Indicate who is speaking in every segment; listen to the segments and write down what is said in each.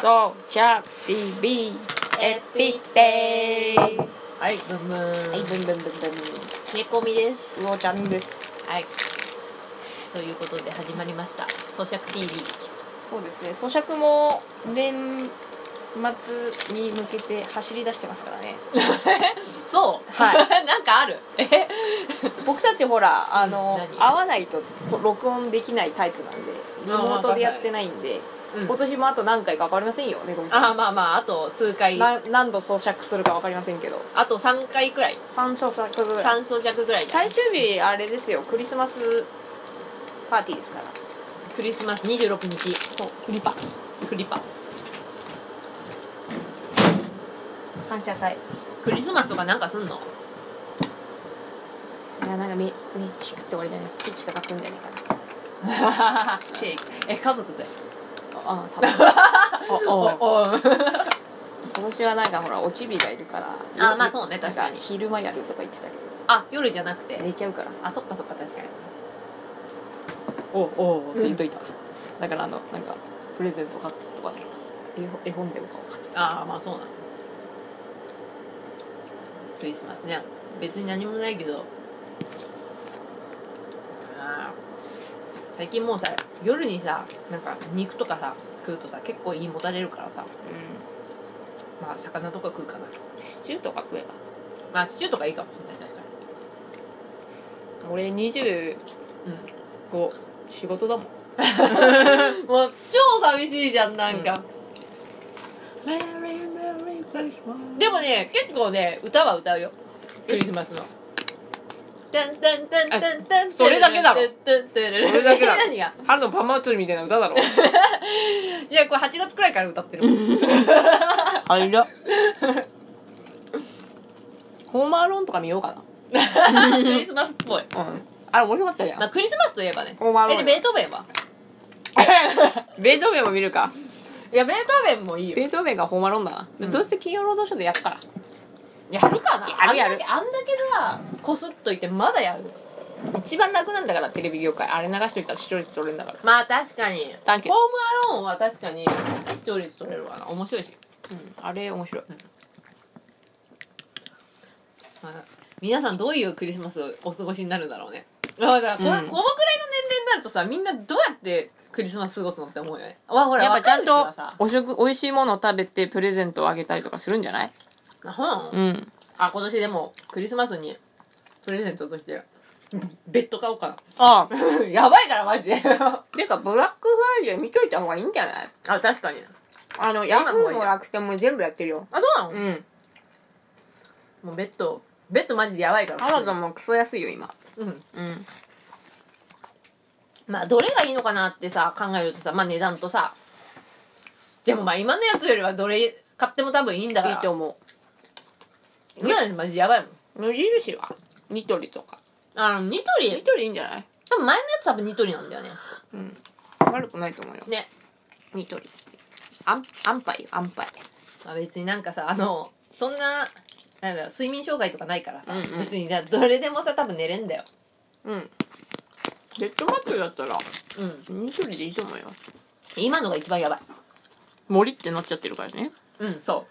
Speaker 1: そうシャビビエピテイは
Speaker 2: はい、ブンブン。
Speaker 1: いブンブンブンブン
Speaker 2: 寝込みです。
Speaker 1: うおちゃんです
Speaker 2: はい。ということで始まりました。咀嚼 TV。
Speaker 1: そうですね咀嚼も年末に向けて走り出してますからね
Speaker 2: そう。
Speaker 1: は
Speaker 2: なんかある。え
Speaker 1: 僕たちほらあの、
Speaker 2: うん何
Speaker 1: 会わないと録音できないタイプなんでリモートでやってないんで、
Speaker 2: うん
Speaker 1: 今年もあと何回か分かりませんよねごみさん
Speaker 2: あー、まあまあ、あと数回。
Speaker 1: な何度咀嚼するか分かりませんけど
Speaker 2: あと3回くらい。
Speaker 1: 3小作ぐらい
Speaker 2: 3咀嚼ぐらいだ。
Speaker 1: 最終日あれですよクリスマスパーティーですから
Speaker 2: クリスマス26日。
Speaker 1: そうクリパ
Speaker 2: クリパ。
Speaker 1: 感謝祭
Speaker 2: クリスマスとかなんかすんの
Speaker 1: いやなんかめめちくって終わりじゃないケーキとか食うんじゃないかな
Speaker 2: え、家族で。
Speaker 1: ああ多 分おお今
Speaker 2: おうん。
Speaker 1: 年はなんかほらおちびがいるから
Speaker 2: あまあそうね確かに
Speaker 1: なん昼間やるとか言ってたけ
Speaker 2: あ、夜じゃなくて
Speaker 1: ど。寝ちゃうからさ
Speaker 2: あ、そっかそっか、確かに。
Speaker 1: おおって言っといた、だからあのなんかプレゼント買っとかだけど絵本絵本でも買おうか
Speaker 2: ああまあそうなのクリスマスね別に何もないけどあー最近もうさ夜にさなんか肉とかさ食うとさ結構胃もたれるから
Speaker 1: う
Speaker 2: さ
Speaker 1: ん
Speaker 2: まあ魚とか食うかな
Speaker 1: シチューとか食えば
Speaker 2: まあシチューとかいいかもしれない確か
Speaker 1: 俺25
Speaker 2: に
Speaker 1: 仕事だもん
Speaker 2: うんもう超寂しいじゃんなんか、でもね結構ね歌は歌うよクリスマスの
Speaker 1: それだけだろ
Speaker 2: それ
Speaker 1: れだけ だろ
Speaker 2: 何が
Speaker 1: 春のパン祭りみたいな歌だろ
Speaker 2: いやこれ8月くらいから歌ってるもん
Speaker 1: あいら ホームアローンとか見ようか
Speaker 2: クリスマスっぽい、
Speaker 1: なうんあれ面白かったじゃん
Speaker 2: まあ、クリスマスといえばね
Speaker 1: ホームアローン
Speaker 2: えでベートーベンは
Speaker 1: ベ ートーベンも見るか
Speaker 2: いやベートーベンもいいよ
Speaker 1: ベートーベンがホームアローンだな、
Speaker 2: うん
Speaker 1: どうせ金曜ロードショーでやるから
Speaker 2: やるかな
Speaker 1: やるやる
Speaker 2: あんだけあんだけさこすっといてまだやる
Speaker 1: 一番楽なんだからテレビ業界あれ流しといたら視聴率取れるんだから
Speaker 2: まあ確かにホ
Speaker 1: だ
Speaker 2: ー
Speaker 1: け
Speaker 2: ム
Speaker 1: ど
Speaker 2: アローンは確かに視聴率取れるわな面白いし、
Speaker 1: うんあれ面白い
Speaker 2: まあ、皆さんどういうクリスマスをお過ごしになるんだろうねまあだか
Speaker 1: うん
Speaker 2: らこ,、このくらいの年齢になるとさみんなどうやってクリスマス過ごすのって思うよねわほら
Speaker 1: やっぱちゃんと
Speaker 2: 若いうちはさ
Speaker 1: お食美味しいものを食べてプレゼントをあげたりとかするんじゃない
Speaker 2: あほん
Speaker 1: うん
Speaker 2: あ今年でもクリスマスにプレゼントとしてベッド買おうか
Speaker 1: ああ
Speaker 2: な やばいからマジであ
Speaker 1: てかブラックフライデー見といた方がいいんじゃない
Speaker 2: 確かに
Speaker 1: あのヤ
Speaker 2: 今も
Speaker 1: フ
Speaker 2: う
Speaker 1: ー
Speaker 2: いい
Speaker 1: も
Speaker 2: よ
Speaker 1: 楽天も全部やってるよ
Speaker 2: あそうなの、
Speaker 1: うん
Speaker 2: もうベッドベッドマジでやばいから
Speaker 1: アマゾンもクソ安いよ今
Speaker 2: うん
Speaker 1: うん
Speaker 2: まあどれがいいのかなってさ考えるとさまあ値段とさでもまあ今のやつよりはどれ買っても多分いいんだか
Speaker 1: い
Speaker 2: ら
Speaker 1: いと思
Speaker 2: 今のやつマジやばいもん
Speaker 1: う無印はニトリとか
Speaker 2: あのニト
Speaker 1: ニ
Speaker 2: リ
Speaker 1: トリいいんじゃない
Speaker 2: 多分前のやつ多分ニトリなんだよね
Speaker 1: うん悪くないと思うよ
Speaker 2: ね、
Speaker 1: ニトリあんあんぱいよあんぱい
Speaker 2: まあ、別になんかさあのそんななんだろう睡眠障害とかないからさ、
Speaker 1: うんうん
Speaker 2: 別になどれでもさ多分寝れんだよ
Speaker 1: うんベッドマットだったら
Speaker 2: うん
Speaker 1: ニトリでいいと思います
Speaker 2: 今のが一番やばい
Speaker 1: 森ってなっちゃってるからね
Speaker 2: うんそ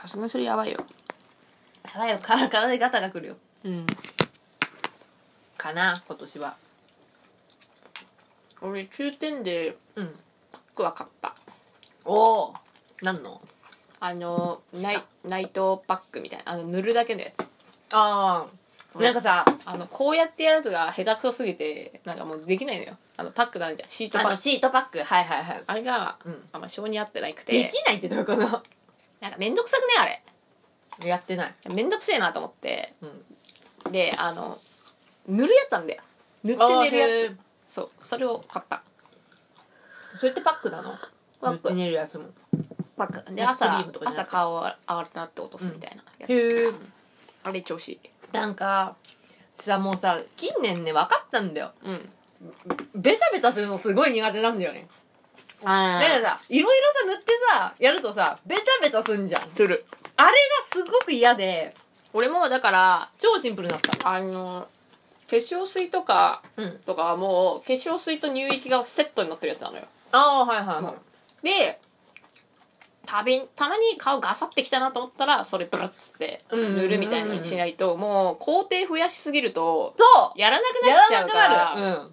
Speaker 1: さすがにそれやばいよ
Speaker 2: うやばいよか体にガタがくるよ
Speaker 1: うん
Speaker 2: かな今年は
Speaker 1: 俺9点で
Speaker 2: うん
Speaker 1: パックは買った
Speaker 2: おお何の
Speaker 1: あのナイ
Speaker 2: した
Speaker 1: ナイトパックみたいなあの塗るだけのやつ
Speaker 2: ああなんかさ
Speaker 1: あのこうやってやるやつが下手くそすぎてなんかもうできないのよあのパックなんじゃんシート
Speaker 2: あ
Speaker 1: パッ
Speaker 2: の
Speaker 1: ク
Speaker 2: シートパックはいはいはい
Speaker 1: あれが、
Speaker 2: うん
Speaker 1: あんま性に合ってないく
Speaker 2: で
Speaker 1: て
Speaker 2: きないってどういうこ
Speaker 1: なんかめんどくさくねあれ
Speaker 2: とやってない
Speaker 1: めんどくせえなと思って
Speaker 2: うん
Speaker 1: であの塗るやつなんだよ塗って寝るや
Speaker 2: つ
Speaker 1: つそうそれを買った
Speaker 2: それってパックなの
Speaker 1: パック
Speaker 2: 塗って寝るやつも
Speaker 1: パックで
Speaker 2: ネットビ
Speaker 1: 朝
Speaker 2: ームとかじゃなく
Speaker 1: 朝
Speaker 2: て
Speaker 1: 顔を洗ったって落とすみたいなやつ、
Speaker 2: へえ
Speaker 1: あれ調子いい
Speaker 2: なんかさもうさ近年ね分かったんだよ
Speaker 1: うん
Speaker 2: ベタベタするのすごい苦手なんだよねだから
Speaker 1: あ
Speaker 2: さいろいろさ塗ってさやるとさベタベタすんじゃん
Speaker 1: する
Speaker 2: あれがすごく嫌で
Speaker 1: 俺もだから
Speaker 2: 超シンプルになった
Speaker 1: あの化粧水とか
Speaker 2: うん
Speaker 1: とかはもう化粧水と乳液がセットになってるやつなのよ
Speaker 2: ああはいはい
Speaker 1: も
Speaker 2: は
Speaker 1: うでたびたまに顔がさってきたなと思ったらそれブルッつって
Speaker 2: うんうんうんうん
Speaker 1: 塗るみたいなのにしないともう工程増やしすぎると
Speaker 2: そ
Speaker 1: やらな
Speaker 2: う
Speaker 1: く
Speaker 2: や
Speaker 1: なっ
Speaker 2: ら
Speaker 1: ちゃ
Speaker 2: な
Speaker 1: う
Speaker 2: く
Speaker 1: から
Speaker 2: なる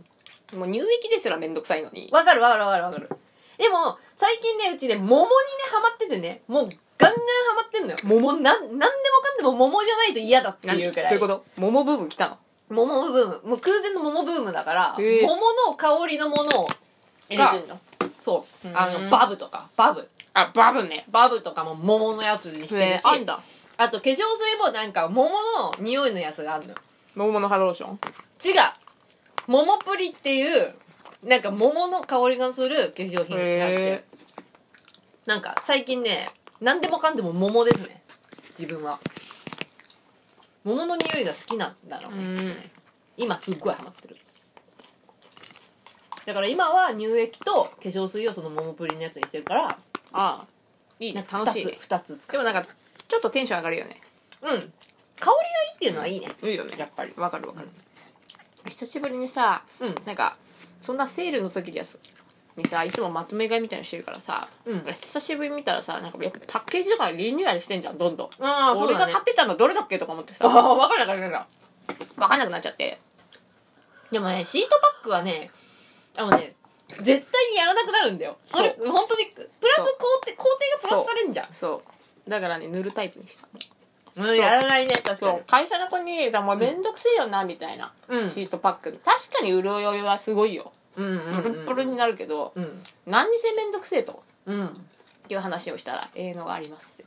Speaker 2: うん
Speaker 1: もう乳液ですらめんどくさいのに
Speaker 2: わかるわかるわかるわかる。でも、最近ね、うちね、桃にね、ハマっててね、もう、ガンガンハマってんのよ。桃なん、なんでもかんでも桃じゃないと嫌だって
Speaker 1: なん
Speaker 2: いうくらい。
Speaker 3: ということ桃部分来たの
Speaker 2: 桃ブーム。もう空前の桃ブームだから、
Speaker 3: へえ
Speaker 2: 桃の香りのものを、
Speaker 1: 入れてんの
Speaker 2: そう
Speaker 1: う。ん
Speaker 2: あの、バブとか、バブ。
Speaker 1: あバブね
Speaker 2: バブとかも桃のやつにしてるし、
Speaker 1: あんだ
Speaker 2: あと化粧水もなんか桃の匂いのやつがあるのよ。
Speaker 1: 桃のハローション
Speaker 2: 違う桃プリっていうなんか桃の香りがする化粧品があって
Speaker 1: へ
Speaker 2: なんか最近ね何でもかんでも桃ですね自分は桃の匂いが好きなんだろうね、今すっごいハマってるだから今は乳液と化粧水をその桃プリのやつにしてるから
Speaker 1: ああいい
Speaker 2: なん
Speaker 1: ね
Speaker 2: か
Speaker 1: 楽
Speaker 2: 2
Speaker 1: しい
Speaker 2: つ
Speaker 1: ね
Speaker 2: 2つ使
Speaker 1: でもなんかちょっとテンション上がるよね
Speaker 2: ううん香りがいいっていうのはいいね
Speaker 1: いいよねやっぱりわかるわかる、久しぶりにさ
Speaker 2: うん
Speaker 1: なんかそんなセールの時にはさにさいつもまとめ買いみたいにしてるからさ、
Speaker 2: うん
Speaker 1: 久しぶりに見たらさなんかやっぱパッケージとかリニューアルしてんじゃんどんどん
Speaker 2: あ
Speaker 1: 俺が買ってたのどれだっけとか思ってさ
Speaker 2: あ
Speaker 1: 分
Speaker 2: 分かんなかった
Speaker 1: かんなくなっちゃって
Speaker 2: でもね、シートパックはね、あのね、絶対にやらなくなるんだよ。それ、本当に、プラス工
Speaker 1: そう
Speaker 2: 程、工程がプラスされんじゃん。
Speaker 1: そうだからね塗るタイプにした
Speaker 2: うん
Speaker 1: やら
Speaker 2: ないね、確
Speaker 1: そう。会社の子にさ「もうめんどくせえよな」みたいな、
Speaker 2: うん
Speaker 1: シートパック確かに潤いはすごいよ
Speaker 2: うんうん
Speaker 1: プルップルになるけど、
Speaker 2: うん。
Speaker 1: 何にせめんどくせえと
Speaker 2: うん。
Speaker 1: いう話をしたら「ええのがあります」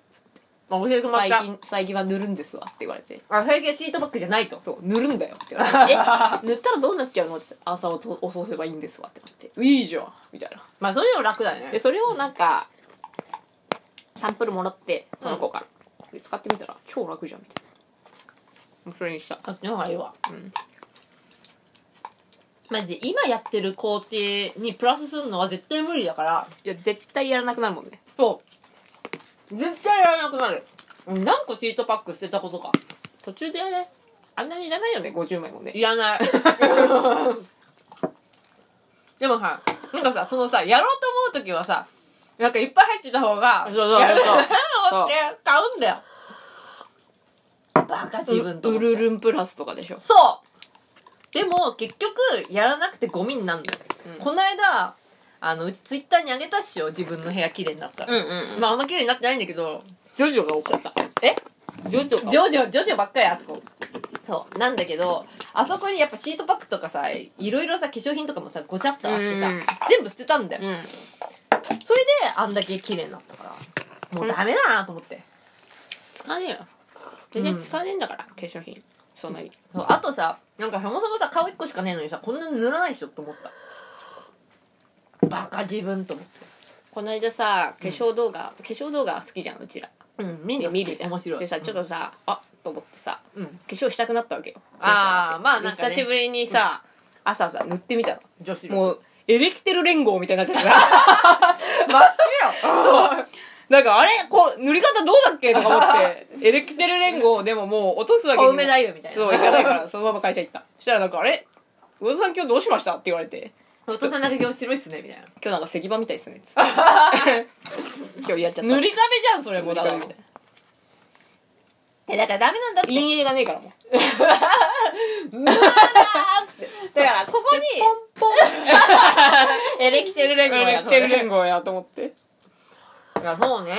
Speaker 2: まあ、教えてもらっ
Speaker 1: 最
Speaker 2: た。
Speaker 1: 近最近は塗るんですわって言われて
Speaker 2: あ、最近はシートパックじゃないと。
Speaker 1: そう塗るんだよって言わ れてえ塗ったらどうなっちゃうのって言って朝をと遅せばいいんですわってなっていいじゃんみたいな
Speaker 2: まあ、そういうの楽だ
Speaker 1: で
Speaker 2: ね。
Speaker 1: それをなんかサンプルもらってその子から、で使ってみたら超楽じゃんみたいなそれにした
Speaker 2: あっちの方がいいわ。
Speaker 1: うん
Speaker 2: マジで、今やってる工程にプラスするのは絶対無理だから、
Speaker 1: いや絶対やらなくなるもんね
Speaker 2: そう。絶対やらなくなる。うん何個シートパック捨てたことか。
Speaker 1: 途中でねあんなにいらないよね50枚もね
Speaker 2: いらない。 でもさ、なんかさ、そのさ、やろうと思うときはさ、なんかいっぱい入ってた方が、
Speaker 1: そうそうそうそう
Speaker 2: やるなと思って買うんだよ。バカ自分と
Speaker 1: う
Speaker 2: 思
Speaker 1: う
Speaker 2: って
Speaker 1: るるんプラスとかでしょ
Speaker 2: そうでも、結局、やらなくてゴミになるのよ。
Speaker 1: うん
Speaker 2: この間、あの、うちツイッターにあげたっしょ、自分の部屋綺麗になったら。
Speaker 1: んうん、ま
Speaker 2: まあ、あんま綺麗になってないんだけど、
Speaker 1: ジョジョが多かった
Speaker 2: え
Speaker 1: ジョジョが
Speaker 2: ジョジョ、ジョジョばっかりあそこ。そう。なんだけど、あそこにやっぱシートパックとかさ、いろいろさ、化粧品とかもさ、ごちゃっとあってさ
Speaker 1: うん、
Speaker 2: 全部捨てたんだよ。
Speaker 1: うん
Speaker 2: それで、あんだけ綺麗になったから、もうダメだなと思って。
Speaker 1: 使ねえよ全然使ねえんだから、化粧品そんなに
Speaker 2: そうあとさ、なんかそもそもさ、顔一個しかねえのにさ、こんなに塗らないでしょと思った。バカ自分と思って。
Speaker 1: この間さ化粧動画、化粧動画好きじゃんうちら
Speaker 2: うん、見
Speaker 1: で
Speaker 2: る
Speaker 1: 見るじゃん
Speaker 2: 面白い。
Speaker 1: でさちょっとさ、あと思ってさ
Speaker 2: うん、うん。
Speaker 1: 化粧したくなったわけよ
Speaker 2: あーまあ
Speaker 1: で
Speaker 2: なんかね
Speaker 1: 久しぶりにさ、朝さ塗ってみたの
Speaker 2: 女子力。
Speaker 1: も
Speaker 2: う、
Speaker 1: うエレキテル連合みたいになっちゃったから
Speaker 2: 真っ白 そう。
Speaker 1: なんかあれこう塗り方どうだっけとか思って エレキテル連合でももう落とすわけ
Speaker 2: 小
Speaker 1: にも
Speaker 2: 梅太夫みたいな。
Speaker 1: そういかない からそのまま会社行ったそしたらなんかあれ魚津さん今日どうしましたって言われて
Speaker 2: お父さんなんか今日白いっすね、みたいな。
Speaker 1: 今日なんか石板みたいです ね今日やっちゃった
Speaker 2: 塗り壁じゃん、それもうだから
Speaker 1: 塗り壁
Speaker 2: え、だからダメなんだって。
Speaker 1: 陰影がねえからもう
Speaker 2: だから、ここ
Speaker 1: ポン
Speaker 2: に、
Speaker 1: ポン
Speaker 2: エレキテル連合
Speaker 1: エレ
Speaker 2: や
Speaker 1: キテル連合やと思って
Speaker 2: いや、そうね。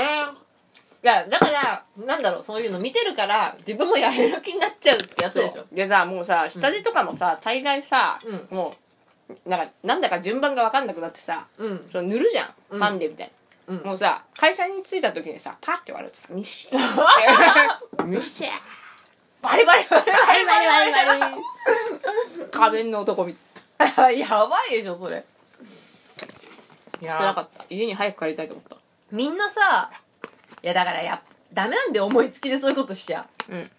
Speaker 2: いや、だから、なんだろう、そういうの見てるから、自分もやれる気になっちゃうってやつでしょ。
Speaker 1: でさもうさ下地とかもさ、大概さ、
Speaker 2: う
Speaker 1: もうなんかなんだか順番が分かんなくなってさ、
Speaker 2: うん。
Speaker 1: その塗るじゃん、
Speaker 2: うん
Speaker 1: パンでみたいな、
Speaker 2: うん
Speaker 1: もうさ会社に着いた時にさパッて割るとさ「ミッシャー」 ミッシャー
Speaker 2: バリバリバリバリバリバリバ
Speaker 1: 仮面の男みたい
Speaker 2: リ。やばいでしょ、それ。い
Speaker 1: な辛かった家に早く帰りたいと思った
Speaker 2: みんなさ、いや、だからや、ダメなんだよ、思いつきでそういうことしちゃう。
Speaker 1: うん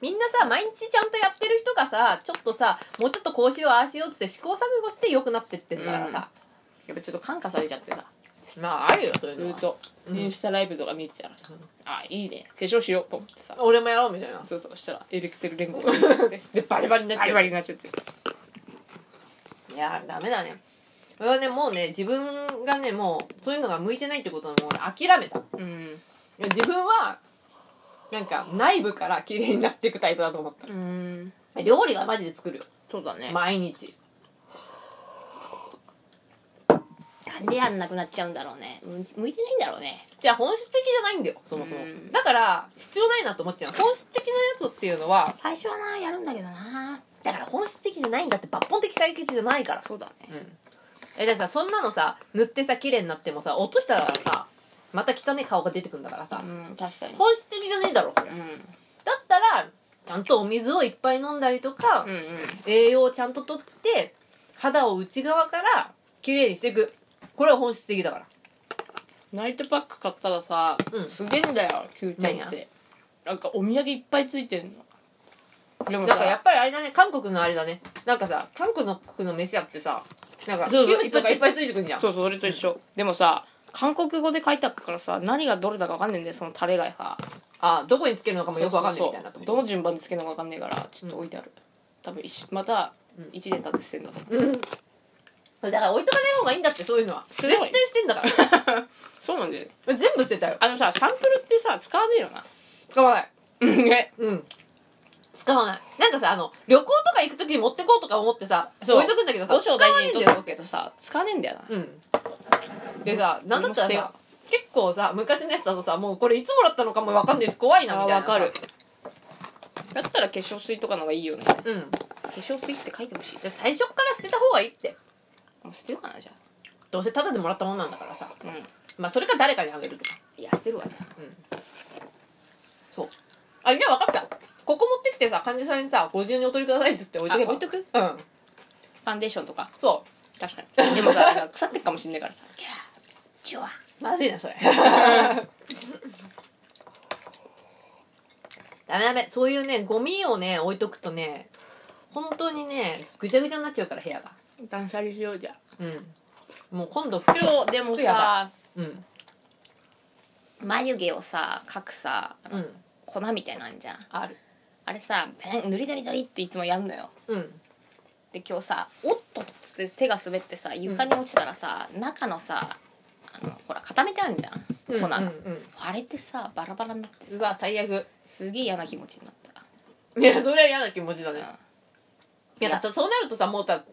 Speaker 2: みんなさ、毎日ちゃんとやってる人がさ、ちょっとさ、もうちょっとこうしよう、ああしようっつって試行錯誤して良くなってってんだからさ。
Speaker 1: やっぱちょっと感化されちゃってさ
Speaker 2: まあ、あるよ、そうい
Speaker 1: ずっ
Speaker 2: は
Speaker 1: と
Speaker 2: ん
Speaker 1: インスタライブとか見てたらさ、あいいね化粧しようと思ってさ
Speaker 2: 俺もやろう、みたいな。
Speaker 1: そうそうしたらエレクテル連合が 出てきて
Speaker 2: で、バリバリになっ
Speaker 1: バ
Speaker 2: ち
Speaker 1: リ
Speaker 2: ゃ
Speaker 1: バ
Speaker 2: う。
Speaker 1: リになっちゃって
Speaker 2: いや、ダメだね。俺はねもうね自分がねもうそういうのが向いてないってことはもう俺諦めた
Speaker 1: うん
Speaker 2: 自分はなんか内部から綺麗になっていくタイプだと思っ
Speaker 1: うん
Speaker 2: た料理はマジで作るよ
Speaker 1: そうだね、
Speaker 2: 毎日
Speaker 1: なんでやんなくなっちゃうんだろうねむ向いてないんだろうね
Speaker 2: じゃあ本質的じゃないんだよそもそも
Speaker 1: うん
Speaker 2: だから必要ないなと思っちゃう本質的なやつっていうのは
Speaker 1: 最初はなやるんだけどな
Speaker 2: だから本質的じゃないんだって抜本的解決じゃないから
Speaker 1: そうだね
Speaker 2: うんえだってさそんなのさ塗ってさ綺麗になってもさ落としたらさまた汚い顔が出てくんだからさ、
Speaker 1: うん確かに
Speaker 2: 本質的じゃねえだろそれ
Speaker 1: う
Speaker 2: だ
Speaker 1: ん
Speaker 2: ったらちゃんとお水をいっぱい飲んだりとか、
Speaker 1: うんうん
Speaker 2: 栄養をちゃんととって肌を内側から綺麗にしていくこれは本質的だから
Speaker 1: ナイトパック買ったらさ、
Speaker 2: うん
Speaker 1: すげえんだよ9
Speaker 2: 何
Speaker 1: 点っ
Speaker 2: が
Speaker 1: てなんかお土産いっぱいついてんのでも
Speaker 2: だ
Speaker 1: さ
Speaker 2: からやっぱりあれだね韓国のあれだねなんかさ韓国の国の飯屋ってさなんかキ
Speaker 1: そうそう
Speaker 2: ムチとかいっぱいついてくんじゃん
Speaker 1: そうそうそれと一緒、でもさ韓国語で書いてあったからさ何がどれだか分かんねえんだよそのタレがさ
Speaker 2: あどこにつけるのかもよくわかんないみたいな
Speaker 1: そう
Speaker 2: と
Speaker 1: そうそうど
Speaker 2: 思っ
Speaker 1: の順番でつけるのか分かんねえからちょっと置いてある、多分一緒また
Speaker 2: うん
Speaker 1: 1年経って捨てんだと思う
Speaker 2: てうんだから置いとかない方がいいんだってそういうのは
Speaker 1: すご
Speaker 2: 絶
Speaker 1: い
Speaker 2: 対捨てんだから
Speaker 1: そうなんだよ
Speaker 2: 全部捨てたよ
Speaker 1: あのさサンプルってさ使わねえよな
Speaker 2: 使わない
Speaker 1: ね
Speaker 2: うん使わないなんかさあの旅行とか行く時に持ってこうとか思ってさ
Speaker 1: そう
Speaker 2: 置いとくんだけどさ
Speaker 1: 五章大事に
Speaker 2: 使
Speaker 1: とっ
Speaker 2: わないんだ
Speaker 1: と
Speaker 2: よ
Speaker 1: くけどさ使わねえんだよな
Speaker 2: うんでさなんだった
Speaker 1: 捨て
Speaker 2: ら
Speaker 1: よ
Speaker 2: さ結構さ昔のやつだとさもうこれいつもらったのかもわかんないし怖いなみ
Speaker 1: あ
Speaker 2: たいな
Speaker 1: 分かるだったら化粧水とかの方がいいよね
Speaker 2: うん
Speaker 1: 化粧水って書いてほしい
Speaker 2: で最初から捨てた方がいいって
Speaker 1: もう捨てるかなじゃ
Speaker 2: どうせタダでもらったもんなんだからさ
Speaker 1: あうん
Speaker 2: まあそれか誰かにあげるとか
Speaker 1: いや捨てるわじゃ
Speaker 2: そうあじゃあ分かったここ持ってきてさ患者さんにさご自由にお取りくださいっつって置い
Speaker 1: あ
Speaker 2: とけば
Speaker 1: 置いとく
Speaker 2: うん
Speaker 1: ファンデーションとか
Speaker 2: そ
Speaker 1: 確かに でもさなんか腐ってっかもしんないからさキャーチュワ
Speaker 2: うまずいなそれ ダメダメそういうねゴミをね置いとくとね本当にねぐちゃぐちゃになっちゃうから部屋が
Speaker 1: 断捨離しようじゃ
Speaker 2: うんもう今度服
Speaker 1: 今日でも
Speaker 2: 服やば
Speaker 1: さ
Speaker 2: うん
Speaker 1: 眉毛をさ描くさ
Speaker 2: うん
Speaker 1: 粉みたいなんじゃん
Speaker 2: ある
Speaker 1: あれさペン塗りだりだりっていつもやんのよ
Speaker 2: うん
Speaker 1: で今日さ「おっと!」っつって手が滑ってさ床に落ちたらさ、中のさあのほら固めてあるじゃん粉が、
Speaker 2: うんうん
Speaker 1: あれってさバラバラになって
Speaker 2: うんう
Speaker 1: さ
Speaker 2: わ最悪
Speaker 1: すげえ嫌な気持ちになった
Speaker 2: いやそれは嫌な気持ちだねい
Speaker 1: い
Speaker 2: や
Speaker 1: や
Speaker 2: だからさそうなるとさもうた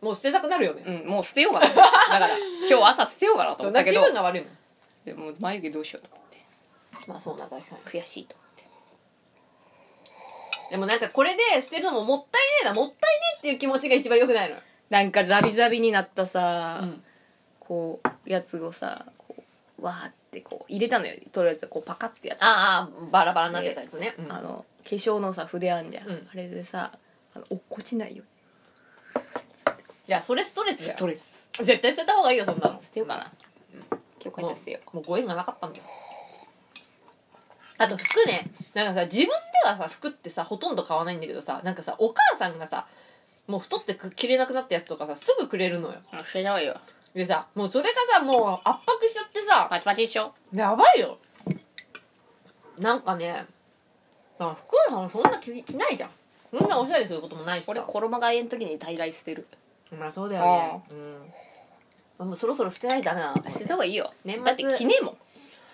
Speaker 2: もう捨てたくなるよね、
Speaker 1: うん、もう捨てようかなだから今日朝捨てようかなと思
Speaker 2: そん
Speaker 1: っ
Speaker 2: な
Speaker 1: たけ
Speaker 2: 気
Speaker 1: ど
Speaker 2: 分が悪いもん
Speaker 1: でも眉毛どうしようと思って
Speaker 2: まあそうな確かに
Speaker 1: 悔しいと思って
Speaker 2: でもなんかこれで捨てるのももったいねえなもったいねえっていう気持ちが一番良くないのよ
Speaker 1: なんかザビザビになったさ、
Speaker 2: うん
Speaker 1: こうやつをさこうわーってこう入れたのよとりあえずこうパカってやつあ
Speaker 2: ああバラバラになってたやつね、うん
Speaker 1: の化粧のさ筆あんじゃん、
Speaker 2: うん
Speaker 1: あれでさあの落っこちないよ
Speaker 2: じゃあそれストレ
Speaker 1: う
Speaker 2: ス
Speaker 1: にス
Speaker 2: だよ
Speaker 1: トレス
Speaker 2: 絶対捨てた方がいいよそんなの
Speaker 1: 捨てようかな、今日書い
Speaker 2: も
Speaker 1: た捨てよ
Speaker 2: うもうご縁がなかったんだよあと服ねなんかさ自分ではさ服ってさほとんど買わないんだけどさなんかさお母さんがさもう太ってく着れなくなったやつとかさすぐくれるのよ
Speaker 1: う捨てちゃおうよ
Speaker 2: でさもうそれがさもう圧迫しちゃってさ
Speaker 1: パチパチでしょ
Speaker 2: やばいよなんかねあ福原さんはそんな着着ないじゃんそんなおしゃれすることもないし
Speaker 1: 俺
Speaker 2: さ
Speaker 1: 衣替えの時に大概捨てる
Speaker 2: まあそうだよねうんあもうそろそろ捨てないとダメだな
Speaker 1: 捨てた方がいいよ
Speaker 2: 年末
Speaker 1: だって着ねえもん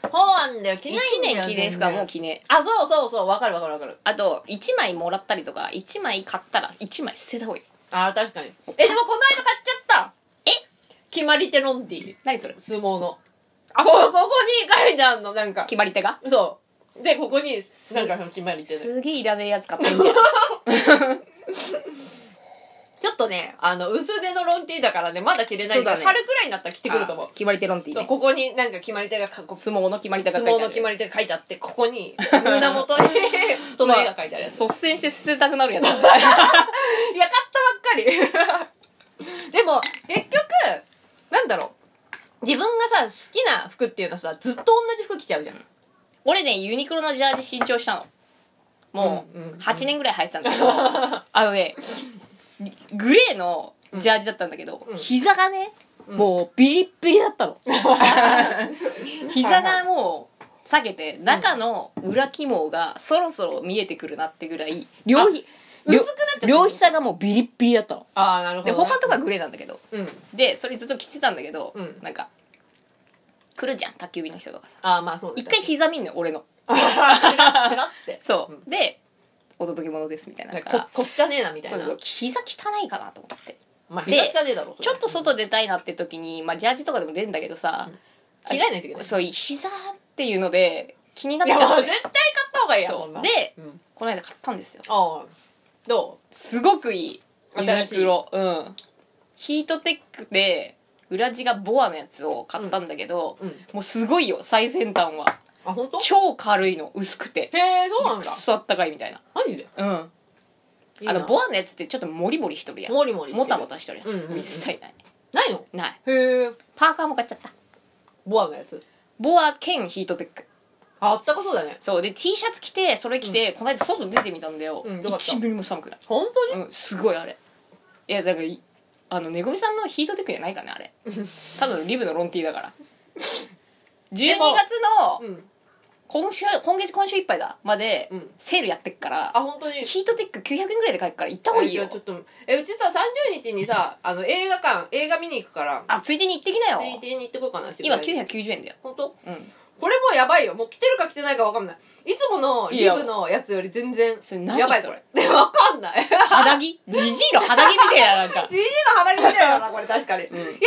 Speaker 2: そうなんだよ着
Speaker 1: 1
Speaker 2: ないんだよ
Speaker 1: 年着ねえ服はもう
Speaker 2: 全然
Speaker 1: 着ねえ
Speaker 2: あそうそうそうわかるわかるわかる
Speaker 1: あと1枚もらったりとか1枚買ったら1枚捨てた方がいい
Speaker 2: あ確かにえでもこの間買っちゃったえ決まり手ロンティ
Speaker 1: 何それ
Speaker 2: 相撲のあこここに書いてあんのなんか
Speaker 1: 決まり手が
Speaker 2: そうでここになんかその決まり手の
Speaker 1: すげえいらねえやつ買ってんじゃん
Speaker 2: ちょっとね、あの、薄手のロンティーだからね、まだ着れない
Speaker 1: そ
Speaker 2: ん
Speaker 1: う
Speaker 2: だ
Speaker 1: だね
Speaker 2: 春くらいになったら着てくると思う
Speaker 1: あ。決まり手論っていい
Speaker 2: そう、
Speaker 1: ね
Speaker 2: ここになんか決まり手がか、こう
Speaker 1: 相撲の決まり手が
Speaker 2: 相
Speaker 1: 書いてあ
Speaker 2: 撲
Speaker 1: る
Speaker 2: の決まり手が書いてあって、ここ に、胸元に、隣が書いてあるやつ。
Speaker 1: 率先して捨てたくなるやつ
Speaker 2: いや、買ったばっかり。 でも、結局、なんだろう。自分がさ、好きな服っていうのはさ、ずっと同じ服着ちゃうじゃん。
Speaker 1: 俺ねユニクロのジャージ新調したのも
Speaker 2: うんうんう
Speaker 1: うん8年ぐらい履いてたんだけ どあのねグレーのジャージだったんだけど、
Speaker 2: うん
Speaker 1: 膝がね、
Speaker 2: ん
Speaker 1: もうビリッビリだった の膝がもう下げて中の裏起毛がそろそろ見えてくるなってぐらい両
Speaker 2: あ
Speaker 1: ひ
Speaker 2: 薄くなっちゃった
Speaker 1: 両膝がもうビリッビリだったの
Speaker 2: ああなるほ
Speaker 1: で
Speaker 2: ど
Speaker 1: 歩幅とかグレーなんだけど
Speaker 2: うん
Speaker 1: でそれずっと着てたんだけど、
Speaker 2: うん
Speaker 1: なんか来るじゃん宅急便の人とかさ
Speaker 2: ああまあそう
Speaker 1: 一回膝見んのよ俺の
Speaker 2: らって
Speaker 1: そう、
Speaker 2: うん
Speaker 1: でお届け物ですみたいなだ
Speaker 2: なん
Speaker 1: か
Speaker 2: からここっちゃねえなみたい
Speaker 1: そう
Speaker 2: な
Speaker 1: そう膝汚いかなと思って
Speaker 2: まあ
Speaker 1: で
Speaker 2: 膝汚ねえだろそれ
Speaker 1: ちょっと外出たいなって時に、まあ、ジャージとかでも出るんだけどさ、
Speaker 2: 着替えないといけない
Speaker 1: そう膝っていうので気になっ
Speaker 2: い
Speaker 1: ち
Speaker 2: や
Speaker 1: ゃ
Speaker 2: も
Speaker 1: っ
Speaker 2: う
Speaker 1: て
Speaker 2: 絶対買った方がいいや
Speaker 1: そう
Speaker 2: そんな
Speaker 1: で
Speaker 2: うん
Speaker 1: この間買ったんですよ
Speaker 2: ああど
Speaker 1: すごくいいユ
Speaker 2: 新
Speaker 1: ニ
Speaker 2: しい
Speaker 1: クロうんヒートテックで裏地がボアのやつを買ったんだけど、
Speaker 2: ううん
Speaker 1: もうすごいよ最先端は
Speaker 2: あ本当
Speaker 1: 超軽いの薄くて
Speaker 2: へえそうなん
Speaker 1: く
Speaker 2: だ
Speaker 1: っそあったかいみたいな
Speaker 2: マジで
Speaker 1: うん
Speaker 2: いいな
Speaker 1: あのボアのやつってちょっとモリモリしとるやん
Speaker 2: もりもりしてる
Speaker 1: もたもたしとるやん,、
Speaker 2: うんうんうん
Speaker 1: 一切ない
Speaker 2: ないの
Speaker 1: ない
Speaker 2: へえ
Speaker 1: パーカーも買っちゃった
Speaker 2: ボアのやつ
Speaker 1: ボア兼ヒートテック
Speaker 2: ああったかそうだね
Speaker 1: そうで T シャツ着てそれ着て、この間外出てみたんだよ、
Speaker 2: うんよかった
Speaker 1: 1ミリも寒くない、
Speaker 2: 本当に
Speaker 1: うん、すごいあれいやだからいあのねこみさんのヒートテックじゃないかなあれ ただのリブのロンティーだから12月の
Speaker 2: うん
Speaker 1: 今週今月今週いっぱいだまで
Speaker 2: うん
Speaker 1: セールやってっから、
Speaker 2: あ本当に
Speaker 1: ヒートテック900円ぐらいで買えるから行った方がいい
Speaker 2: え
Speaker 1: よ
Speaker 2: じゃあちょっとえうちさ30日にさあの映画館映画見に行くから
Speaker 1: あついでに行ってきなよ
Speaker 2: ついでに行ってこようかな
Speaker 1: 今
Speaker 2: 900
Speaker 1: 990円だよ
Speaker 2: 本当
Speaker 1: うん
Speaker 2: これもうやばいよもう着てるか着てないかわかんないいつものリブのやつより全然
Speaker 1: それ何
Speaker 2: やばい
Speaker 1: それ
Speaker 2: これ わかんない
Speaker 1: 肌着じじいの肌着みたいななん か
Speaker 2: じじいの肌着みたいだな、これ確かに。いや、もうちょっと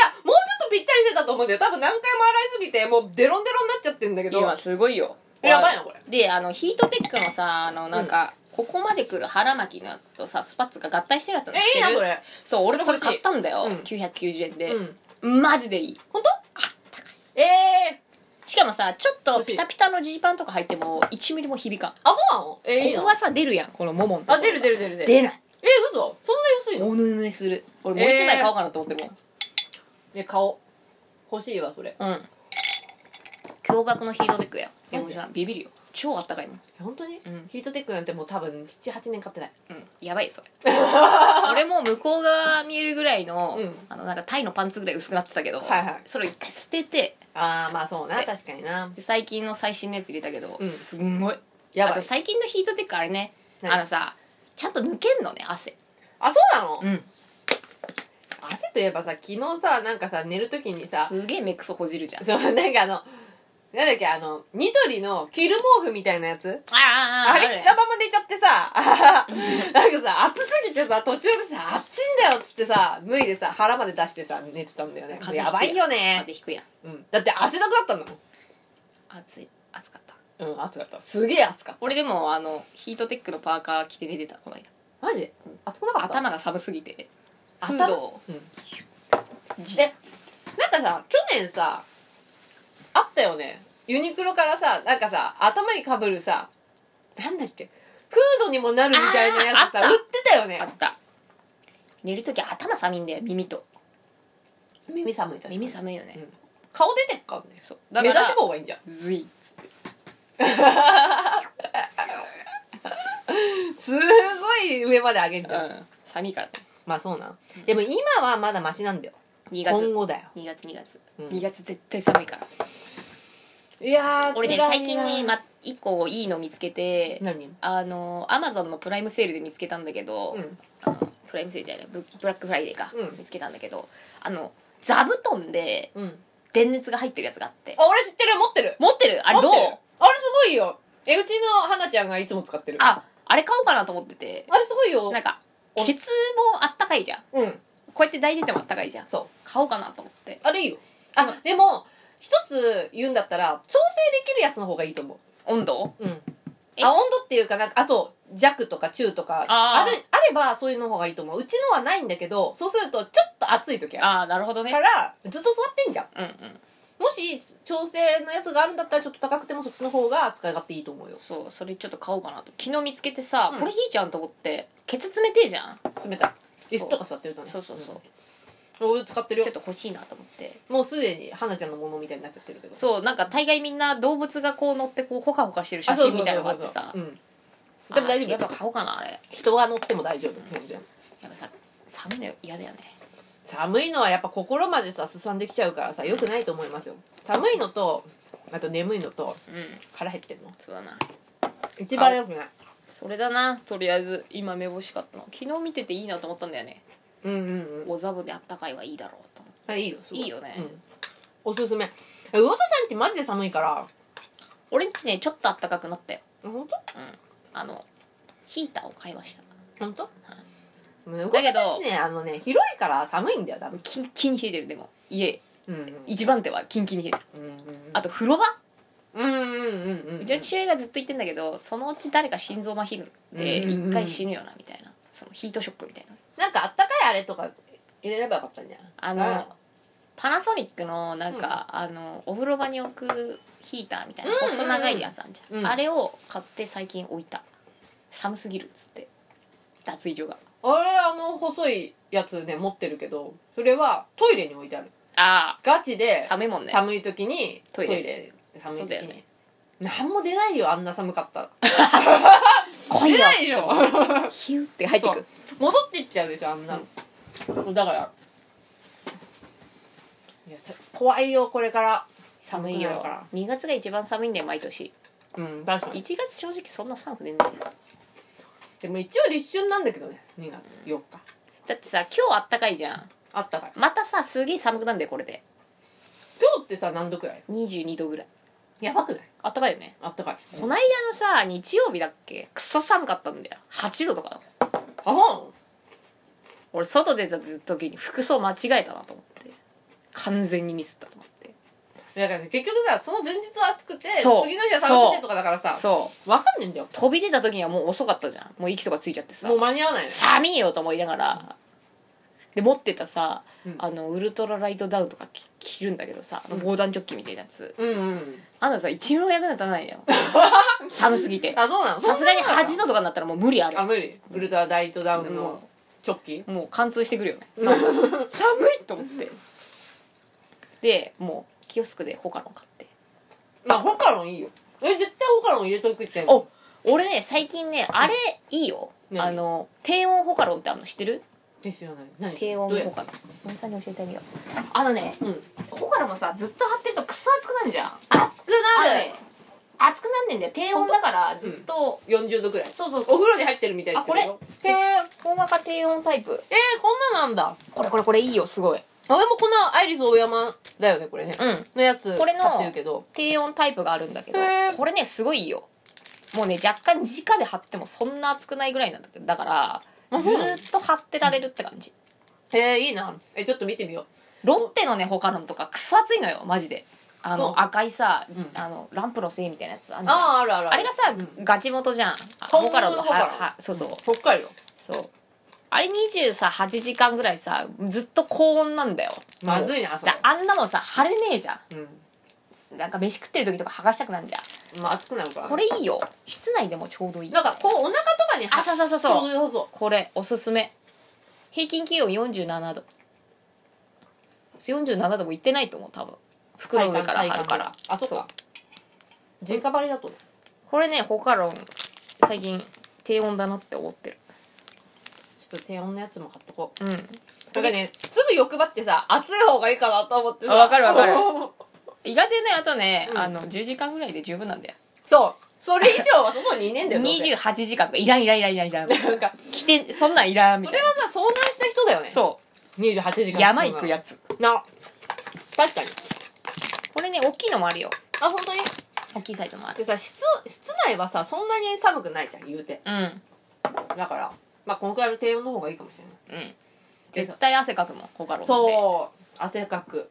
Speaker 2: ぴったりしてたと思うんだよ。多分何回も洗いすぎて、もうデロンデロンになっちゃってんだけど。
Speaker 1: 今すごいよ
Speaker 2: やばいな、これ。
Speaker 1: であのヒートテックのさあのなんか、ここまで来る腹巻きのとさスパッツが合体してるやつの知ってる
Speaker 2: え、いいな、それ。
Speaker 1: そう俺もそれ
Speaker 2: それ
Speaker 1: 買
Speaker 2: 欲し
Speaker 1: っ
Speaker 2: い
Speaker 1: たんだよ、
Speaker 2: うん
Speaker 1: 990円で
Speaker 2: う、ん。
Speaker 1: マジでいい
Speaker 2: 本当あったかい。えー。
Speaker 1: しかもさちょっと
Speaker 2: 欲しい
Speaker 1: ピタピタのジーパンとか履いても1ミリも響かん
Speaker 2: あ、そうなのえー、いい
Speaker 1: ここ
Speaker 2: の
Speaker 1: がさ出るやんこのもものとこ
Speaker 2: あ、出る出る出る出る。
Speaker 1: 出ない
Speaker 2: え、嘘そんな安いの
Speaker 1: おぬぬする俺もう1枚買おうかなと思っても、
Speaker 2: ね、顔。欲しいわ、それ。
Speaker 1: うん驚愕のヒートテックやいや
Speaker 2: マジで
Speaker 1: さんビビるよ超あったかいもん、
Speaker 2: 本当
Speaker 1: う
Speaker 2: に
Speaker 1: ん
Speaker 2: ヒートテックなんてもう多分7、8年買ってない。
Speaker 1: うん、やばいよ それ俺も向こうが見えるぐらいの,、
Speaker 2: うん
Speaker 1: あのなんかタイのパンツぐらい薄くなってたけど、
Speaker 2: はいはい
Speaker 1: それを一回捨てて
Speaker 2: あー、まあそうな。
Speaker 1: で
Speaker 2: 確かにな
Speaker 1: で。最近の最新のやつ入れたけど、
Speaker 2: うん
Speaker 1: すんごいあ
Speaker 2: やば
Speaker 1: と
Speaker 2: い。
Speaker 1: 最近のヒートテックあれね
Speaker 2: 何
Speaker 1: あのさちゃんと抜けんのね汗
Speaker 2: あ、そうなの
Speaker 1: うん
Speaker 2: 汗といえばさ、昨日さ、なんかさ、寝るときにさ、
Speaker 1: すげえ目くそほじるじゃん
Speaker 2: そう、なん かあの、なんだっけ、あの、ニトリのキル毛布みたいなやつ
Speaker 1: あ
Speaker 2: あ
Speaker 1: あ
Speaker 2: れ着たまま寝ちゃってさ、なんかさ、暑すぎてさ、途中でさ、暑いんだよっつってさ、脱いでさ、腹まで出してさ、寝てたんだよね。
Speaker 1: 風邪ひくやん
Speaker 2: やばいよ
Speaker 1: 風
Speaker 2: ね。
Speaker 1: 邪ひくやん
Speaker 2: うん。だって汗だくだったんだ
Speaker 1: 暑い暑かった
Speaker 2: もん。うん、暑かった。すげえ暑かった。
Speaker 1: 俺でもあのヒートテックのパーカー着て寝てたこの間
Speaker 2: マジ暑くなかった
Speaker 1: 頭が寒すぎてフ
Speaker 2: 頭
Speaker 1: ードを
Speaker 2: うん。
Speaker 1: じ
Speaker 2: で、なんかさ、去年さ、あったよね。ユニクロからさ、なんかさ、頭にかぶるさ、なんだっけ、フードにもなるみたいなやつさ、
Speaker 1: あーあった
Speaker 2: 売ってたよね
Speaker 1: あ。った寝るとき頭寒いんだよ耳と
Speaker 2: 耳寒いから。
Speaker 1: 耳寒いよね、
Speaker 2: うん顔出てっからね。
Speaker 1: そう
Speaker 2: 目出し棒がいいんじゃん。
Speaker 1: ずい
Speaker 2: すごい上まで上げんじ
Speaker 1: う
Speaker 2: ゃん。
Speaker 1: ん寒いからね
Speaker 2: まあそうなん。でも今はまだマシなんだよ。
Speaker 1: 2月
Speaker 2: 今後だよ。
Speaker 1: 2月2月、
Speaker 2: うん
Speaker 1: 2月絶対寒いから
Speaker 2: いやー、
Speaker 1: 俺ね
Speaker 2: 辛い
Speaker 1: 最
Speaker 2: な
Speaker 1: 近に、ま、1個いいの見つけて
Speaker 2: 何
Speaker 1: あのアマゾンのプライムセールで見つけたんだけど、
Speaker 2: うん。
Speaker 1: あのプライムセールじゃないブブラックフライデーか、
Speaker 2: うん
Speaker 1: 見つけたんだけどあの座布団で
Speaker 2: うん。
Speaker 1: 電熱が入ってるやつがあって
Speaker 2: あ、俺知ってる、持ってる。
Speaker 1: 持ってるあ
Speaker 2: あ
Speaker 1: れどう
Speaker 2: あれすごいよ。え、うちの花ちゃんがいつも使ってる。
Speaker 1: ああれ買おうかなと思ってて
Speaker 2: あれすごいよ
Speaker 1: な。んか
Speaker 2: お
Speaker 1: ケツもあったかいじゃん
Speaker 2: うん。
Speaker 1: こうやって抱いててもあったかいじゃん
Speaker 2: そう。
Speaker 1: 買おうかなと思って
Speaker 2: あれいいよ。あ、でも、一つ言うんだったら、調整できるやつの方がいいと思
Speaker 1: 温度
Speaker 2: う。うん。
Speaker 1: え
Speaker 2: あ、温度っていうかなんか、あと、弱とか中とか、
Speaker 1: あー
Speaker 2: ある、あればそういうの方がいいと思う。うちのはないんだけど、そうするとちょっと暑い時ある。
Speaker 1: ああなるほど
Speaker 2: だ
Speaker 1: ね
Speaker 2: から、ずっと座ってんじゃん。
Speaker 1: うんうん
Speaker 2: もし、調整のやつがあるんだったら、ちょっと高くてもそっちの方が使い勝手いいと思うよ。
Speaker 1: そうそれちょっと買おうかなと昨日見つけてさ、
Speaker 2: うん
Speaker 1: これいいじゃんと思ってケツ冷てえじゃん
Speaker 2: 冷たい。椅子とか座ってるとね。
Speaker 1: そうそうそう、
Speaker 2: うん。俺使ってる
Speaker 1: ちょ
Speaker 2: よ
Speaker 1: っ。と欲しいなと思って
Speaker 2: もうすでに、花ちゃんのものみたいになっちゃってるけど。
Speaker 1: そうなんか大概みんな動物がこう乗ってこうほかほかしてる写
Speaker 2: あそう
Speaker 1: 真みたいなのがあってさ
Speaker 2: そうそうそううん。でも大
Speaker 1: あやっぱ
Speaker 2: 丈夫。
Speaker 1: 買おうかなあれ
Speaker 2: 人が乗っても大丈夫。全然。
Speaker 1: やっぱさ寒いの嫌だよね
Speaker 2: 寒いのはやっぱ心までさすさんできちゃうからさよくないと思いますよ寒いのとあと眠いのと
Speaker 1: うん
Speaker 2: 腹減ってんの
Speaker 1: そうだな
Speaker 2: 一番良くない
Speaker 1: それだなとりあえず今目星買ったの昨日見てていいなと思ったんだよね
Speaker 2: うんうんうん
Speaker 1: おザブであったかいはいいだろうと思って
Speaker 2: あいいよすご
Speaker 1: いいよね
Speaker 2: うんおすすめ魚田さんってマジで寒いからあ
Speaker 1: 俺んちねちょっとあったかくなったよ
Speaker 2: 本
Speaker 1: うんあのヒーターを買いました
Speaker 2: 当本当魚
Speaker 1: だけ
Speaker 2: 田
Speaker 1: ど
Speaker 2: さんちねあのね広いから寒いんだよ多分
Speaker 1: キンキンに冷えてるでも家
Speaker 2: うんうん
Speaker 1: 一番手はキンキンに冷えてる
Speaker 2: うんうん
Speaker 1: あと風呂場
Speaker 2: うんうんうんうん
Speaker 1: うちの父親がずっと言ってんだけどそのうち誰か心臓麻痺で
Speaker 2: うん
Speaker 1: 一回死ぬよなみたいなそのヒートショックみたいな
Speaker 2: なんかあったかいあれとか入れればよかったんじゃない
Speaker 1: あ
Speaker 2: う
Speaker 1: のパナソニックのなんか、あのお風呂場に置くヒーターみたいな
Speaker 2: うんうんうん
Speaker 1: 細長いやつあんじゃん、
Speaker 2: うん
Speaker 1: あれを買って最近置いた寒すぎるっつって脱衣所が
Speaker 2: あれあの細いやつね持ってるけどそれはトイレに置いてある
Speaker 1: あ
Speaker 2: ガチで
Speaker 1: あ寒いもんね
Speaker 2: 寒い時に
Speaker 1: トイレ
Speaker 2: 寒い
Speaker 1: そう
Speaker 2: 時
Speaker 1: だよ
Speaker 2: に、
Speaker 1: ね
Speaker 2: なんも出ないよあんな寒かったら
Speaker 1: 濃い
Speaker 2: 出
Speaker 1: よ
Speaker 2: ないよ
Speaker 1: ヒューって入って
Speaker 2: そ
Speaker 1: く
Speaker 2: う戻っていっちゃうでしょあんなの、だからいやさ怖いよこれから
Speaker 1: 寒い
Speaker 2: 寒くなる
Speaker 1: よ
Speaker 2: から
Speaker 1: 2月が一番寒いんだよ毎年
Speaker 2: うん確か
Speaker 1: 1
Speaker 2: に
Speaker 1: 月正直そんな寒くねえんだよ
Speaker 2: でも一応立春なんだけどね2月4日
Speaker 1: だってさ今日あったかいじゃん
Speaker 2: あったかい
Speaker 1: またさすげえ寒くなんだよこれで
Speaker 2: 今日ってさ何度くらい
Speaker 1: 22度ぐらい
Speaker 2: やばくない
Speaker 1: あったかいよね
Speaker 2: あったかい
Speaker 1: こないだのさ日曜日だっけクソ寒かったんだよ8度とかだもん
Speaker 2: あほ
Speaker 1: 俺外出た時に服装間違えたなと思って完全にミスったと思って
Speaker 2: んだからね結局さその前日は暑くて次
Speaker 1: そう
Speaker 2: の日は寒くてとかだからさ
Speaker 1: そう
Speaker 2: わかんねえんだよ
Speaker 1: 飛び出た時にはもう遅かったじゃんもう息とかついちゃってさ
Speaker 2: もう間に合わないのよ
Speaker 1: 寒いよと思いながらで持ってたさ、
Speaker 2: うん
Speaker 1: あのウルトラライトダウンとかき着るんだけどさあの防弾チョッキみたいなやつ、
Speaker 2: うんうん
Speaker 1: あんなのさ一秒役に立たないの よ寒すぎて
Speaker 2: あどうなの
Speaker 1: さすがに
Speaker 2: そんなの
Speaker 1: 8度とかになったらもう無理ある
Speaker 2: あ無理ウルトラダイトダウン
Speaker 1: も
Speaker 2: のチョッキ
Speaker 1: もう貫通してくるよね寒 さ寒いと思ってでもうキオスクでホカロン買って
Speaker 2: まあホカロンいいよえ絶対ホカロン入れとくって
Speaker 1: お俺ね最近ねあれいいよ、
Speaker 2: 何
Speaker 1: あの低温ホカロンってあるの知ってる
Speaker 2: ですよね何
Speaker 1: 低温
Speaker 2: どうや
Speaker 1: ホカロン森さんに教えてあげようあのね
Speaker 2: うん
Speaker 1: ホカロンもさずっと張ってるとクソ熱くなるじゃん
Speaker 2: 熱く
Speaker 1: あ
Speaker 2: な
Speaker 1: れね
Speaker 2: る
Speaker 1: 熱くなんねんだよ低温だからずっと、
Speaker 2: 40度くらい
Speaker 1: そうそうそ
Speaker 2: お
Speaker 1: う
Speaker 2: 風呂に入ってるみたいって
Speaker 1: あこれ低温中低温タイプ
Speaker 2: えー、こんななんだ
Speaker 1: これこれこれいいよすごい
Speaker 2: あでもこのアイリス大山だよねこれね
Speaker 1: うん
Speaker 2: のやつ
Speaker 1: これの
Speaker 2: 買ってるけど
Speaker 1: 低温タイプがあるんだけど
Speaker 2: へー
Speaker 1: これねすごいいいよもうね若干直で貼ってもそんな熱くないぐらいなんだけどだから
Speaker 2: あ
Speaker 1: ず
Speaker 2: そうなの
Speaker 1: ーっと貼ってられるって感じ
Speaker 2: えー、いいなえちょっと見てみよ
Speaker 1: ロッテのねホカロンとかクソ熱いのよマジであ
Speaker 2: そう
Speaker 1: の赤いさ、
Speaker 2: うん
Speaker 1: あのランプのせいみたいなやつあ
Speaker 2: うん
Speaker 1: じゃん
Speaker 2: あああるある
Speaker 1: あれがさ、
Speaker 2: うん
Speaker 1: ガチ元じゃんあ
Speaker 2: 本
Speaker 1: ホ
Speaker 2: 物
Speaker 1: カロン
Speaker 2: の
Speaker 1: と
Speaker 2: ホカ
Speaker 1: は
Speaker 2: ロン
Speaker 1: はそうそう、
Speaker 2: そっかよ
Speaker 1: そうあれ28時間ぐらいさずっと高温なんだよ
Speaker 2: まずいなそれ
Speaker 1: だあんなもんさ腫れねえじゃ
Speaker 2: うん
Speaker 1: んなんか飯食ってる時とか剥がしたくなんじゃん
Speaker 2: まあ熱くなるから
Speaker 1: これいいよ室内でもちょうどいい
Speaker 2: なんかこうお腹とかに
Speaker 1: あ
Speaker 2: っ
Speaker 1: そうそうそう
Speaker 2: ちょ
Speaker 1: そう
Speaker 2: うどよさそ
Speaker 1: これおすすめ平均気温47度47度もいってないと思う多分
Speaker 2: う
Speaker 1: 袋の上から貼るか
Speaker 2: 体
Speaker 1: ら
Speaker 2: 感あそっか直張りだとね
Speaker 1: これねホカロン最近低温だなって思ってる
Speaker 2: ちょっと低温のやつも買っとこう
Speaker 1: うん
Speaker 2: だからねすぐ欲張ってさ熱い方がいいかなと思ってさ
Speaker 1: あわかるわかる意外とねあとね、
Speaker 2: うん
Speaker 1: あの10時間ぐらいで十分なんだよ
Speaker 2: そうそれ以上は外にいねえんだよどうせ
Speaker 1: 28時間とかいらんいらんいらんいらんいらん
Speaker 2: なんか
Speaker 1: 来てそんなんいらんみ
Speaker 2: そ
Speaker 1: たい
Speaker 2: れ
Speaker 1: な
Speaker 2: はさ遭難した人だよね
Speaker 1: そう
Speaker 2: 28時間
Speaker 1: う山行くやつ
Speaker 2: な確かに
Speaker 1: これね大きいのもあるよ
Speaker 2: あ本当に
Speaker 1: 大きいサイズもある
Speaker 2: でさ室室内はさそんなに寒くないじゃん言うて
Speaker 1: うん
Speaker 2: だからまあこのくらいの低温の方がいいかもしれない
Speaker 1: うん絶対汗かくもんホカロンで
Speaker 2: そう汗かく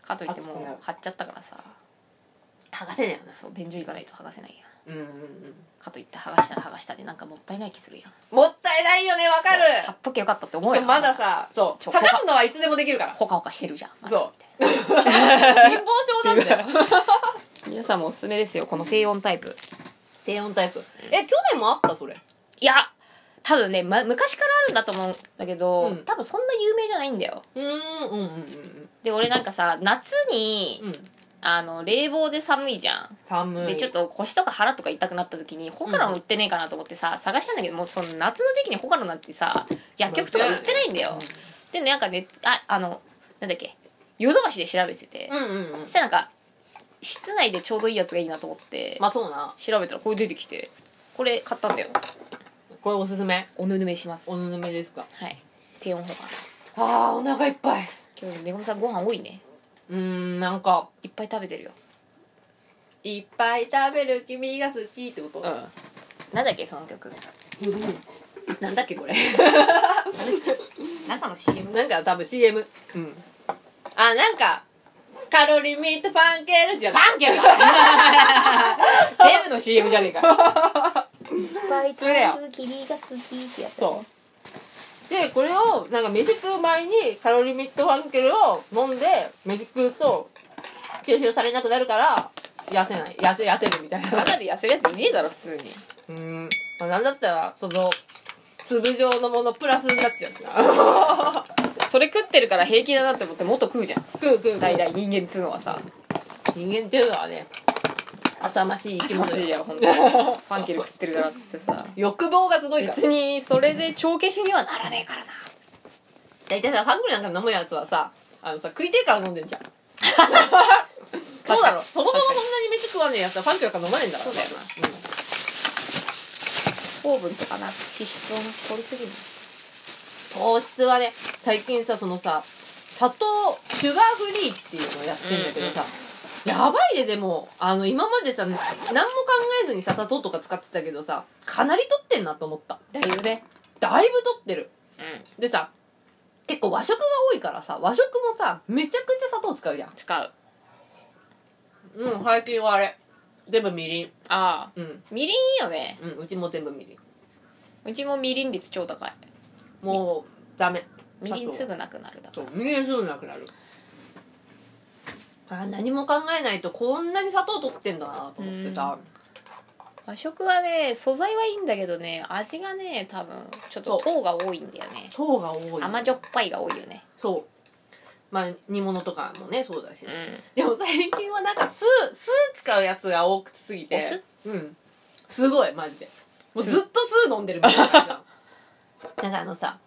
Speaker 1: かといって
Speaker 2: 暑くなる
Speaker 1: もう貼っちゃったからさ
Speaker 2: 剥がせねえよな
Speaker 1: そう便所行かないと剥がせないやん
Speaker 2: うんうんうん
Speaker 1: かといって剥がしたら剥がしたでなんかもったいない気するやん
Speaker 2: もったいないよねわかる
Speaker 1: そう貼っとけよかったって思う
Speaker 2: で
Speaker 1: よ
Speaker 2: もまださそう
Speaker 1: ちょ
Speaker 2: 剥がすのはいつでもできるから
Speaker 1: ほかほかしてるじゃんまだ
Speaker 2: そう 貧乏症なんだよ
Speaker 1: 皆さんもおすすめですよこの低温タイプ
Speaker 2: 低温タイプえ去年もあったそれ
Speaker 1: いや多分ね、ま、昔からあるんだと思うんだけど、
Speaker 2: うん
Speaker 1: 多分そんな有名じゃないんだよ
Speaker 2: うんうんうんうん
Speaker 1: で俺なんかさ夏に、
Speaker 2: うん
Speaker 1: あの冷房で寒いじゃん
Speaker 2: 寒い
Speaker 1: でちょっと腰とか腹とか痛くなった時にホカロン売ってねえかなと思ってさ、探したんだけどもうその夏の時期にホカロンなんてさ薬局とか売ってないんだよ、でなんかねああのなんだっけヨドバシで調べてて、
Speaker 2: うんうんうん
Speaker 1: そしたらなんか室内でちょうどいいやつがいいなと思って、
Speaker 2: まあそうな
Speaker 1: 調べたらこれ出てきてこれ買ったんだよ
Speaker 2: これおすすめ
Speaker 1: おぬぬめします
Speaker 2: おぬぬめですか
Speaker 1: はい低温保管
Speaker 2: あーお腹いっぱい
Speaker 1: 今日ねこみさんご飯多いね
Speaker 2: うーんなんか
Speaker 1: いっぱい食べてるよ
Speaker 2: いっぱい食べる君が好きってこと、
Speaker 1: なんだっけその曲
Speaker 2: なんだっけこれ
Speaker 1: 中の CM
Speaker 2: なんか多分 CM うんあなんかカロリーミートパンケールじゃん
Speaker 1: パンケーキだ全部の CM じゃねえか
Speaker 4: バイ
Speaker 2: それだよ
Speaker 4: 君が好きってやつ
Speaker 2: そうでこれをなんか飯食う前にカロリーミットファンケルを飲んで飯食うと吸収されなくなるから痩せない痩せ痩せるみた いな
Speaker 1: 中で痩せるやついねえだろ普通に
Speaker 2: うーん、まあ、なんだったらその粒状のものプラスになっちゃ うな
Speaker 1: それ食ってるから平気だなって思ってもっと食うじゃん
Speaker 2: 食う食う食う
Speaker 1: 大々人間っつうのはさ
Speaker 2: 人間っていうのはね浅ましい生
Speaker 1: 気
Speaker 2: き
Speaker 1: 持
Speaker 2: 物
Speaker 1: ちいい
Speaker 2: よ
Speaker 1: や本当にファンケル食ってるからっつってさ
Speaker 2: 欲望がすごいから
Speaker 1: 別にそれで帳消しにはならねえからな
Speaker 2: 大体さファンクルなんか飲むやつはさあのさ食いてえから飲んでんじゃんそうだろそもそもそんなに飯食わねえやつはファンクルなんか飲まねえんだからね
Speaker 1: そう糖分とかな脂質を取りすぎる
Speaker 2: 糖質はね最近さそのさ砂糖シュガーフリーっていうのをやってんだけどさ、やばいででもあの今までさ何も考えずにさ砂糖とか使ってたけどさかなり取ってんなと思った
Speaker 1: だいぶね
Speaker 2: だいぶ取ってる
Speaker 1: うん
Speaker 2: でさ結構和食が多いからさ和食もさめちゃくちゃ砂糖使うじゃん
Speaker 1: 使う
Speaker 2: うん最近はあれ全部みりん
Speaker 1: ああ
Speaker 2: うん、
Speaker 1: みりんいいよね
Speaker 2: うん、うちも全部みりん
Speaker 1: うちもみりん率超高い
Speaker 2: もうダメ
Speaker 1: みりんすぐなくなるだか
Speaker 2: そ
Speaker 1: ら
Speaker 2: うみりんすぐなくなるあ何も考えないとこんなに砂糖取ってんだなと思ってさ
Speaker 1: 和食はね素材はいいんだけどね味がね多分ちょっと糖が多いんだよね
Speaker 2: 糖が多い
Speaker 1: 甘じょっぱいが多いよね
Speaker 2: そうまあ煮物とかもねそうだし、
Speaker 1: う
Speaker 2: でも最近はなんか酢酢使うやつが多くすぎて
Speaker 1: お酢
Speaker 2: うんすごいマジでもうずっと酢飲んでるみたい ななんかあのさ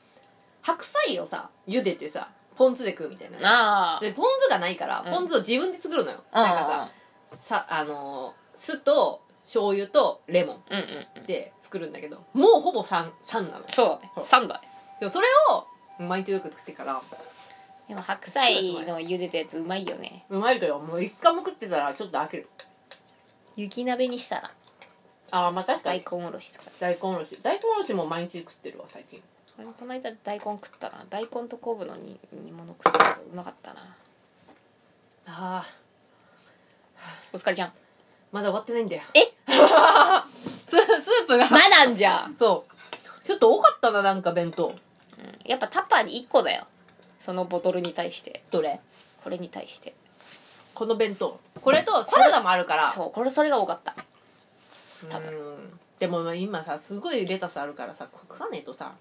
Speaker 2: 白菜をさ茹でてさポン酢で食うみたいなん
Speaker 1: ああ
Speaker 2: でポン酢がないから、
Speaker 1: うん
Speaker 2: ポン酢を自分で作るのよ、
Speaker 1: うん
Speaker 2: なんかささあのー酢と醤油とレモ
Speaker 1: うんうんうん
Speaker 2: ンで作るんだけどもうほぼ 3, 3なの
Speaker 1: そうだね
Speaker 2: そう
Speaker 1: 3だね
Speaker 2: でもそれを毎日よく食ってから
Speaker 1: でも白菜の茹でたやつうまいよね
Speaker 2: うまいとよもう一日も食ってたらちょっと飽きる
Speaker 1: 雪鍋にしたら
Speaker 2: ああまあ確か
Speaker 1: 大
Speaker 2: に
Speaker 1: 根おろしとか
Speaker 2: 大根おろし大根おろしも毎日食ってるわ最近
Speaker 1: この間大根食ったな大根と昆布の煮煮物食ったけどうまかったな
Speaker 2: ああ
Speaker 1: お疲れちゃん
Speaker 2: まだ終わってないんだよ
Speaker 1: え
Speaker 2: ススープが
Speaker 1: まだんじゃん、
Speaker 2: そうちょっと多かったななんか弁当
Speaker 1: うんやっぱタッパーに1個だよそのボトルに対して
Speaker 2: どれ
Speaker 1: これに対して
Speaker 2: この弁当これとサラダもあるから
Speaker 1: そうこれそれが多かった多分
Speaker 2: うんでもまあ今さすごいレタスあるからさこ食わねえとさ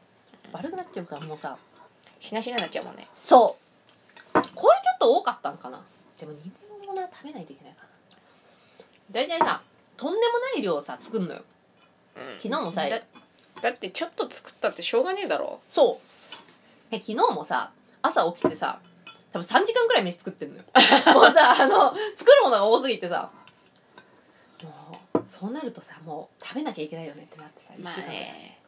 Speaker 2: 悪くなっちゃうからもうさ
Speaker 1: しなしなになっちゃうもんね
Speaker 2: そうこれちょっと多かったんかなでも煮物もな食べないといけないからな大体さとんでもない量さ作んのよ昨日もさ
Speaker 1: だだってちょっと作ったってしょうがねえだろ
Speaker 2: そうで昨日もさ朝起きてさ多分3時間くらい飯作ってんのよもうさあの作るものが多すぎてさもうそうなるとさもう食べなきゃいけないよねってなってさ一
Speaker 1: まあ
Speaker 2: 週間くらい
Speaker 1: ね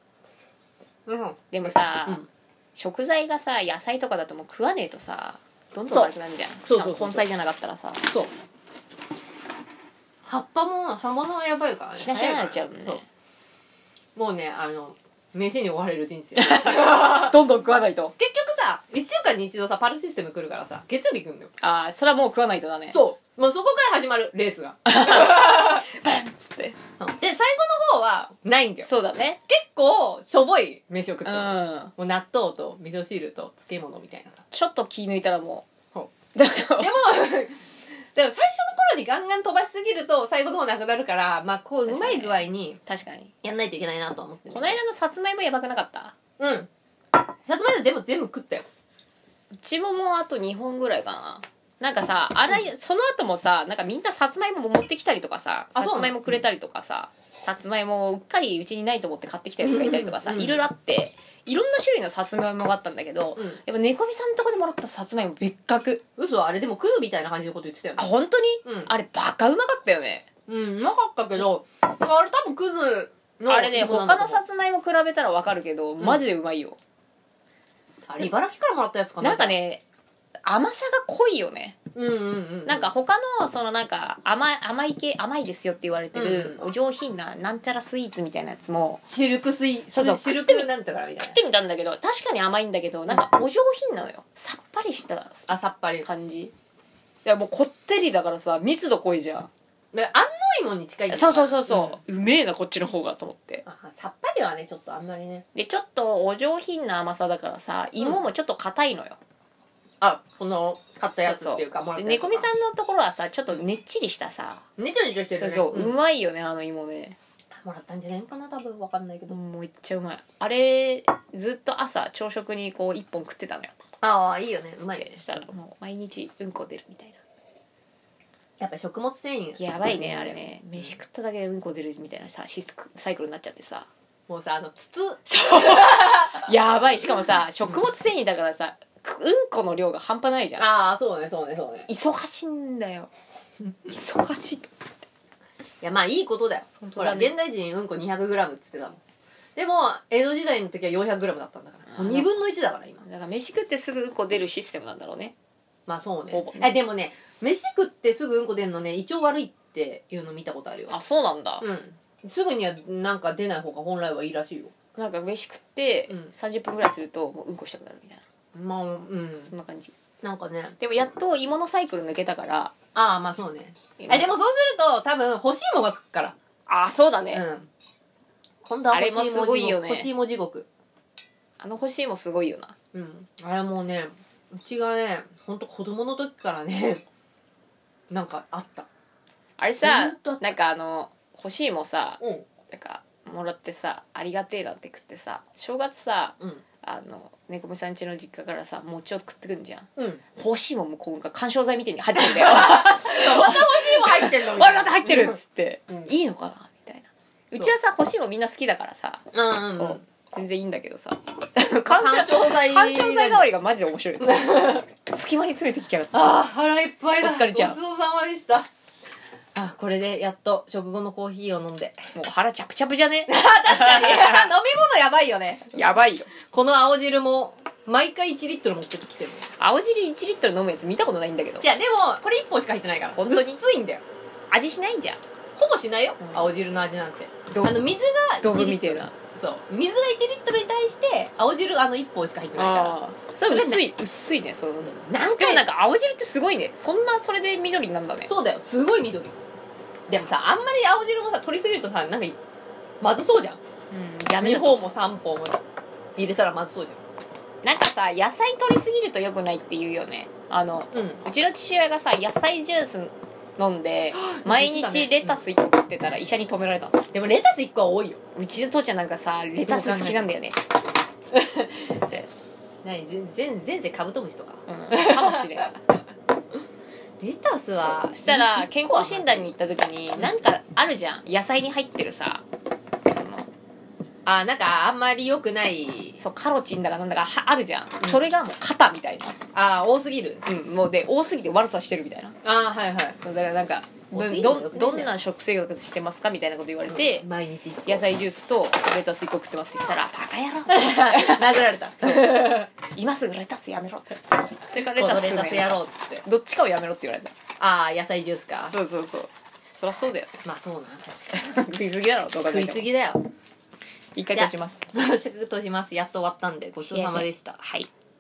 Speaker 2: うん
Speaker 1: でもさ、
Speaker 2: うん
Speaker 1: 食材がさ野菜とかだともう食わねえとさどんどん悪くなるじゃん
Speaker 2: そうそう
Speaker 1: しかも根菜じゃなかったらさ
Speaker 2: そう葉っぱも葉物はやばいからね
Speaker 1: しなしなになっちゃうもんね
Speaker 2: 早いからそうもうねあの飯に追われる人 生結
Speaker 1: どんどん食わないと
Speaker 2: 局さ1週間に一度さパルシステム来るからさ月曜日来んのよ
Speaker 1: ああそれはもう食わないとだね
Speaker 2: そうもうそこから始まるレースがで
Speaker 1: つって
Speaker 2: 最後の方はないんだよ
Speaker 1: そうだね
Speaker 2: 結構しょぼい飯を食っ
Speaker 1: う
Speaker 2: てる、も
Speaker 1: ん
Speaker 2: う納豆と味噌汁と漬物みたいな
Speaker 1: ちょっと気抜いたらも
Speaker 2: ほ
Speaker 1: うだから
Speaker 2: でも、 でも最初の頃にガンガン飛ばしすぎると最後の方なくなるから、まあこううまい具合に
Speaker 1: 確か に
Speaker 2: やんないといけないなと思ってる
Speaker 1: この間のさつまいもやばくなかった
Speaker 2: うん。さつまいもでも全部食ったよ。
Speaker 1: うちももうあと2本ぐらいかななんかさあらゆその後もさなんかみんなさつまいも持ってきたりとかさ
Speaker 2: あ
Speaker 1: さ
Speaker 2: そうなの
Speaker 1: つまいもくれたりとかささつまいもをうっかりうちにないと思って買ってきたやつがいたりとかさ、
Speaker 2: うんうんうん
Speaker 1: いろいろあっていろんな種類のさつまいもがあったんだけど、
Speaker 2: うん
Speaker 1: やっぱ猫みさんとこでもらったさつまいも別格
Speaker 2: 嘘、あれでも食うみたいな感じのこと言ってたよ
Speaker 1: あ
Speaker 2: ね。
Speaker 1: 本当に、
Speaker 2: うん
Speaker 1: あれバカうまかったよね
Speaker 2: うん、うまかったけど、あれ多分クズの
Speaker 1: あれね
Speaker 2: 芋なん
Speaker 1: 他の
Speaker 2: だけど
Speaker 1: さつまいも比べたらわかるけどマジでうまいよ、
Speaker 2: あれ茨城からもらったやつかな
Speaker 1: なんかね甘さが濃いよね
Speaker 2: うんうんうん
Speaker 1: なんか他のそのなんか甘い甘い系甘いですよって言われてる
Speaker 2: う
Speaker 1: お上品ななんちゃらスイーツみたいなやつも
Speaker 2: シルクスイ
Speaker 1: そうそう
Speaker 2: シルクなんとかみたい
Speaker 1: 食ってみたんだけど確かに甘いんだけどなんかお上品なのよさっぱりした
Speaker 2: なあさっぱり
Speaker 1: 感じいやもうこってりだからさ密度濃いじゃん
Speaker 2: 安納芋に近い
Speaker 1: そうそうそうそう、うめえなこっちの方がと思って
Speaker 2: うんあさっぱりはねちょっとあんまりね
Speaker 1: でちょっとお上品な甘さだからさ芋もちょっと硬いのよ、
Speaker 2: あこの買ったやつ
Speaker 1: そう
Speaker 2: っていうか
Speaker 1: そう
Speaker 2: もらっ
Speaker 1: で
Speaker 2: たやつ
Speaker 1: 猫みさんのところはさちょっとねっちりしたさ、
Speaker 2: ねちょねちょしてる
Speaker 1: そう
Speaker 2: ね
Speaker 1: そう、うんまいよねあの芋ね
Speaker 2: もらったんじゃないかな多分わかんないけど
Speaker 1: もういっちゃうまいあれずっと朝朝食にこう一本食ってたのよ
Speaker 2: ああいいよねうまい
Speaker 1: でしたらもう毎日うんこ出るみたいな
Speaker 2: やっぱ食物繊維
Speaker 1: やばいねあれね飯食っただけでうんこ出るみたいなさシスクサイクルになっちゃってさ
Speaker 2: もうさあの筒
Speaker 1: やばいしかもさ食物繊維だからさくうんこの量が半端ないじゃん
Speaker 2: ああそうねそうねそうね
Speaker 1: 忙しいんだよ忙しい
Speaker 2: いやまあいいことだよ
Speaker 1: 本当
Speaker 2: ほ
Speaker 1: だ
Speaker 2: ら
Speaker 1: ね
Speaker 2: 現代人うんこ 200g って言ってたもんでも江戸時代の時は 400g だったんだか
Speaker 1: あ
Speaker 2: ら2分の1だから今
Speaker 1: だから飯食ってすぐうんこ出るシステムなんだろうね
Speaker 2: まあそうね
Speaker 1: ほぼね
Speaker 2: あでもね飯食ってすぐうんこ出んのね胃腸悪いっていうの見たことあるよ
Speaker 1: あそうなんだ、
Speaker 2: うんすぐにはなんか出ない方が本来はいいらしいよ
Speaker 1: なんか飯食って
Speaker 2: うん
Speaker 1: 30分ぐらいするともううんこしたくなるみたいな
Speaker 2: まあうん
Speaker 1: そんな感じ
Speaker 2: なんかね
Speaker 1: でもやっと芋のサイクル抜けたから
Speaker 2: ああまあそうねあでもそうすると多分欲しいもんが来るから
Speaker 1: あそうだね、
Speaker 2: うん今度は
Speaker 1: あれも
Speaker 2: 欲しい
Speaker 1: す
Speaker 2: も
Speaker 1: ごい
Speaker 2: 地
Speaker 1: よ
Speaker 2: 獄
Speaker 1: ね
Speaker 2: 欲しいも地獄
Speaker 1: あの欲しいもすごいよな
Speaker 2: うんあれもうねうちがねほんと子供の時からね なんかあった
Speaker 1: あれさ
Speaker 2: ずーっとあった
Speaker 1: なんかあの欲しいもさ
Speaker 2: うん
Speaker 1: なんかもらってさありがてえなって食ってさ正月さ
Speaker 2: うん
Speaker 1: あの猫みさん家の実家からさ餅を食ってくんじゃん
Speaker 2: うん
Speaker 1: 欲しいもん向こうが緩衝材みたいに入ってるん だよ
Speaker 2: また欲しいも入ってんの
Speaker 1: あ
Speaker 2: み
Speaker 1: れ
Speaker 2: たい
Speaker 1: ま
Speaker 2: な
Speaker 1: た入ってるっつって、
Speaker 2: うん
Speaker 1: いいのかなみたいなうちはさ欲しいもんみんな好きだからさ、
Speaker 2: うんうん
Speaker 1: こ
Speaker 2: うん
Speaker 1: う全然いいんだけど さ緩
Speaker 2: 緩
Speaker 1: 衝
Speaker 2: 衝材
Speaker 1: 緩衝材代わりがマジで面白い 隙間に詰めてきちゃう
Speaker 2: ああ腹いっぱいだ
Speaker 1: お疲れちゃん
Speaker 2: ごちそうさまでしたあこれでやっと食後のコーヒーを飲ん で
Speaker 1: もう腹チャプチャプじゃね
Speaker 2: 飲み物やばいよね
Speaker 1: やばいよ
Speaker 2: この青汁も毎回1リットル持ってきてる
Speaker 1: 青汁1リットル飲むやつ見たことないんだけど
Speaker 2: じゃあでもこれ1本しか入ってないから
Speaker 1: 本当に
Speaker 2: 薄いんだよ
Speaker 1: 味しないんじゃん
Speaker 2: ほぼしないよ、
Speaker 1: うん
Speaker 2: 青汁の味なんて
Speaker 1: ど
Speaker 2: あの水が
Speaker 1: ド
Speaker 2: 1
Speaker 1: ブ
Speaker 2: リ
Speaker 1: み
Speaker 2: ット
Speaker 1: た
Speaker 2: ル
Speaker 1: いな
Speaker 2: そう水が1リットルに対して青汁あの1本しか入ってないか
Speaker 1: ああそれ薄い薄いねその
Speaker 2: ら何
Speaker 1: でも
Speaker 2: 回
Speaker 1: なんか青汁ってすごいねそんなそれで緑になるんだね
Speaker 2: そうだよすごい緑でもさあんまり青汁もさ取りすぎるとさなんかまずそうじゃん
Speaker 1: うんやめ
Speaker 2: 2
Speaker 1: たと
Speaker 2: 本も3本も入れたらまずそうじ
Speaker 1: なんかさ野菜取りすぎると良くないって言うよねあの
Speaker 2: ゃんうん
Speaker 1: うちの父親がさ野菜ジュース飲ん で毎日レタス1個食ってたら医者に止められたの
Speaker 2: でもレタス1個は多いよ
Speaker 1: うちの父ちゃんなんかさレタス好きなんだよね
Speaker 2: 何全全然カブトムシとか
Speaker 1: うんかもしれない
Speaker 2: レタスは
Speaker 1: そしたら健康診断に行った時になんかあるじゃん野菜に入ってるさその
Speaker 2: あなんかあんまり良くない
Speaker 1: そうカロチンだかなんだかはあるじゃん、それがもう肩みたいな、
Speaker 2: あ多すぎる
Speaker 1: うん、もうで多すぎて悪さしてるみたいな
Speaker 2: あーはいはい
Speaker 1: そうだからなんか
Speaker 2: 多すぎ
Speaker 1: ど
Speaker 2: る
Speaker 1: ど
Speaker 2: のよくね
Speaker 1: どんな食生活してますかみたいなこと言われて、
Speaker 2: 毎日一個
Speaker 1: 野菜ジュースとレタス1個食ってますって言ったら「バカ野郎
Speaker 2: 殴られた そう
Speaker 1: 今すぐレタスやめろ」っつ ってそれからレ
Speaker 2: レ
Speaker 1: タ
Speaker 2: タ
Speaker 1: ス
Speaker 2: スレ
Speaker 1: 食う
Speaker 2: タ
Speaker 1: の
Speaker 2: ス
Speaker 1: や
Speaker 2: や
Speaker 1: めろ
Speaker 2: ろうっつって
Speaker 1: どっちかをやめろって言われた
Speaker 2: ああ野菜ジュースか
Speaker 1: そうそうそうそりゃそうだよね
Speaker 2: まあそうなん確かに
Speaker 1: 食い過ぎだろどう考え
Speaker 2: 食い
Speaker 1: て
Speaker 2: す
Speaker 1: も
Speaker 2: ぎだよ
Speaker 1: 一回立ちます
Speaker 2: そう食としますやっと終わったんでごちそうさまでした
Speaker 1: はい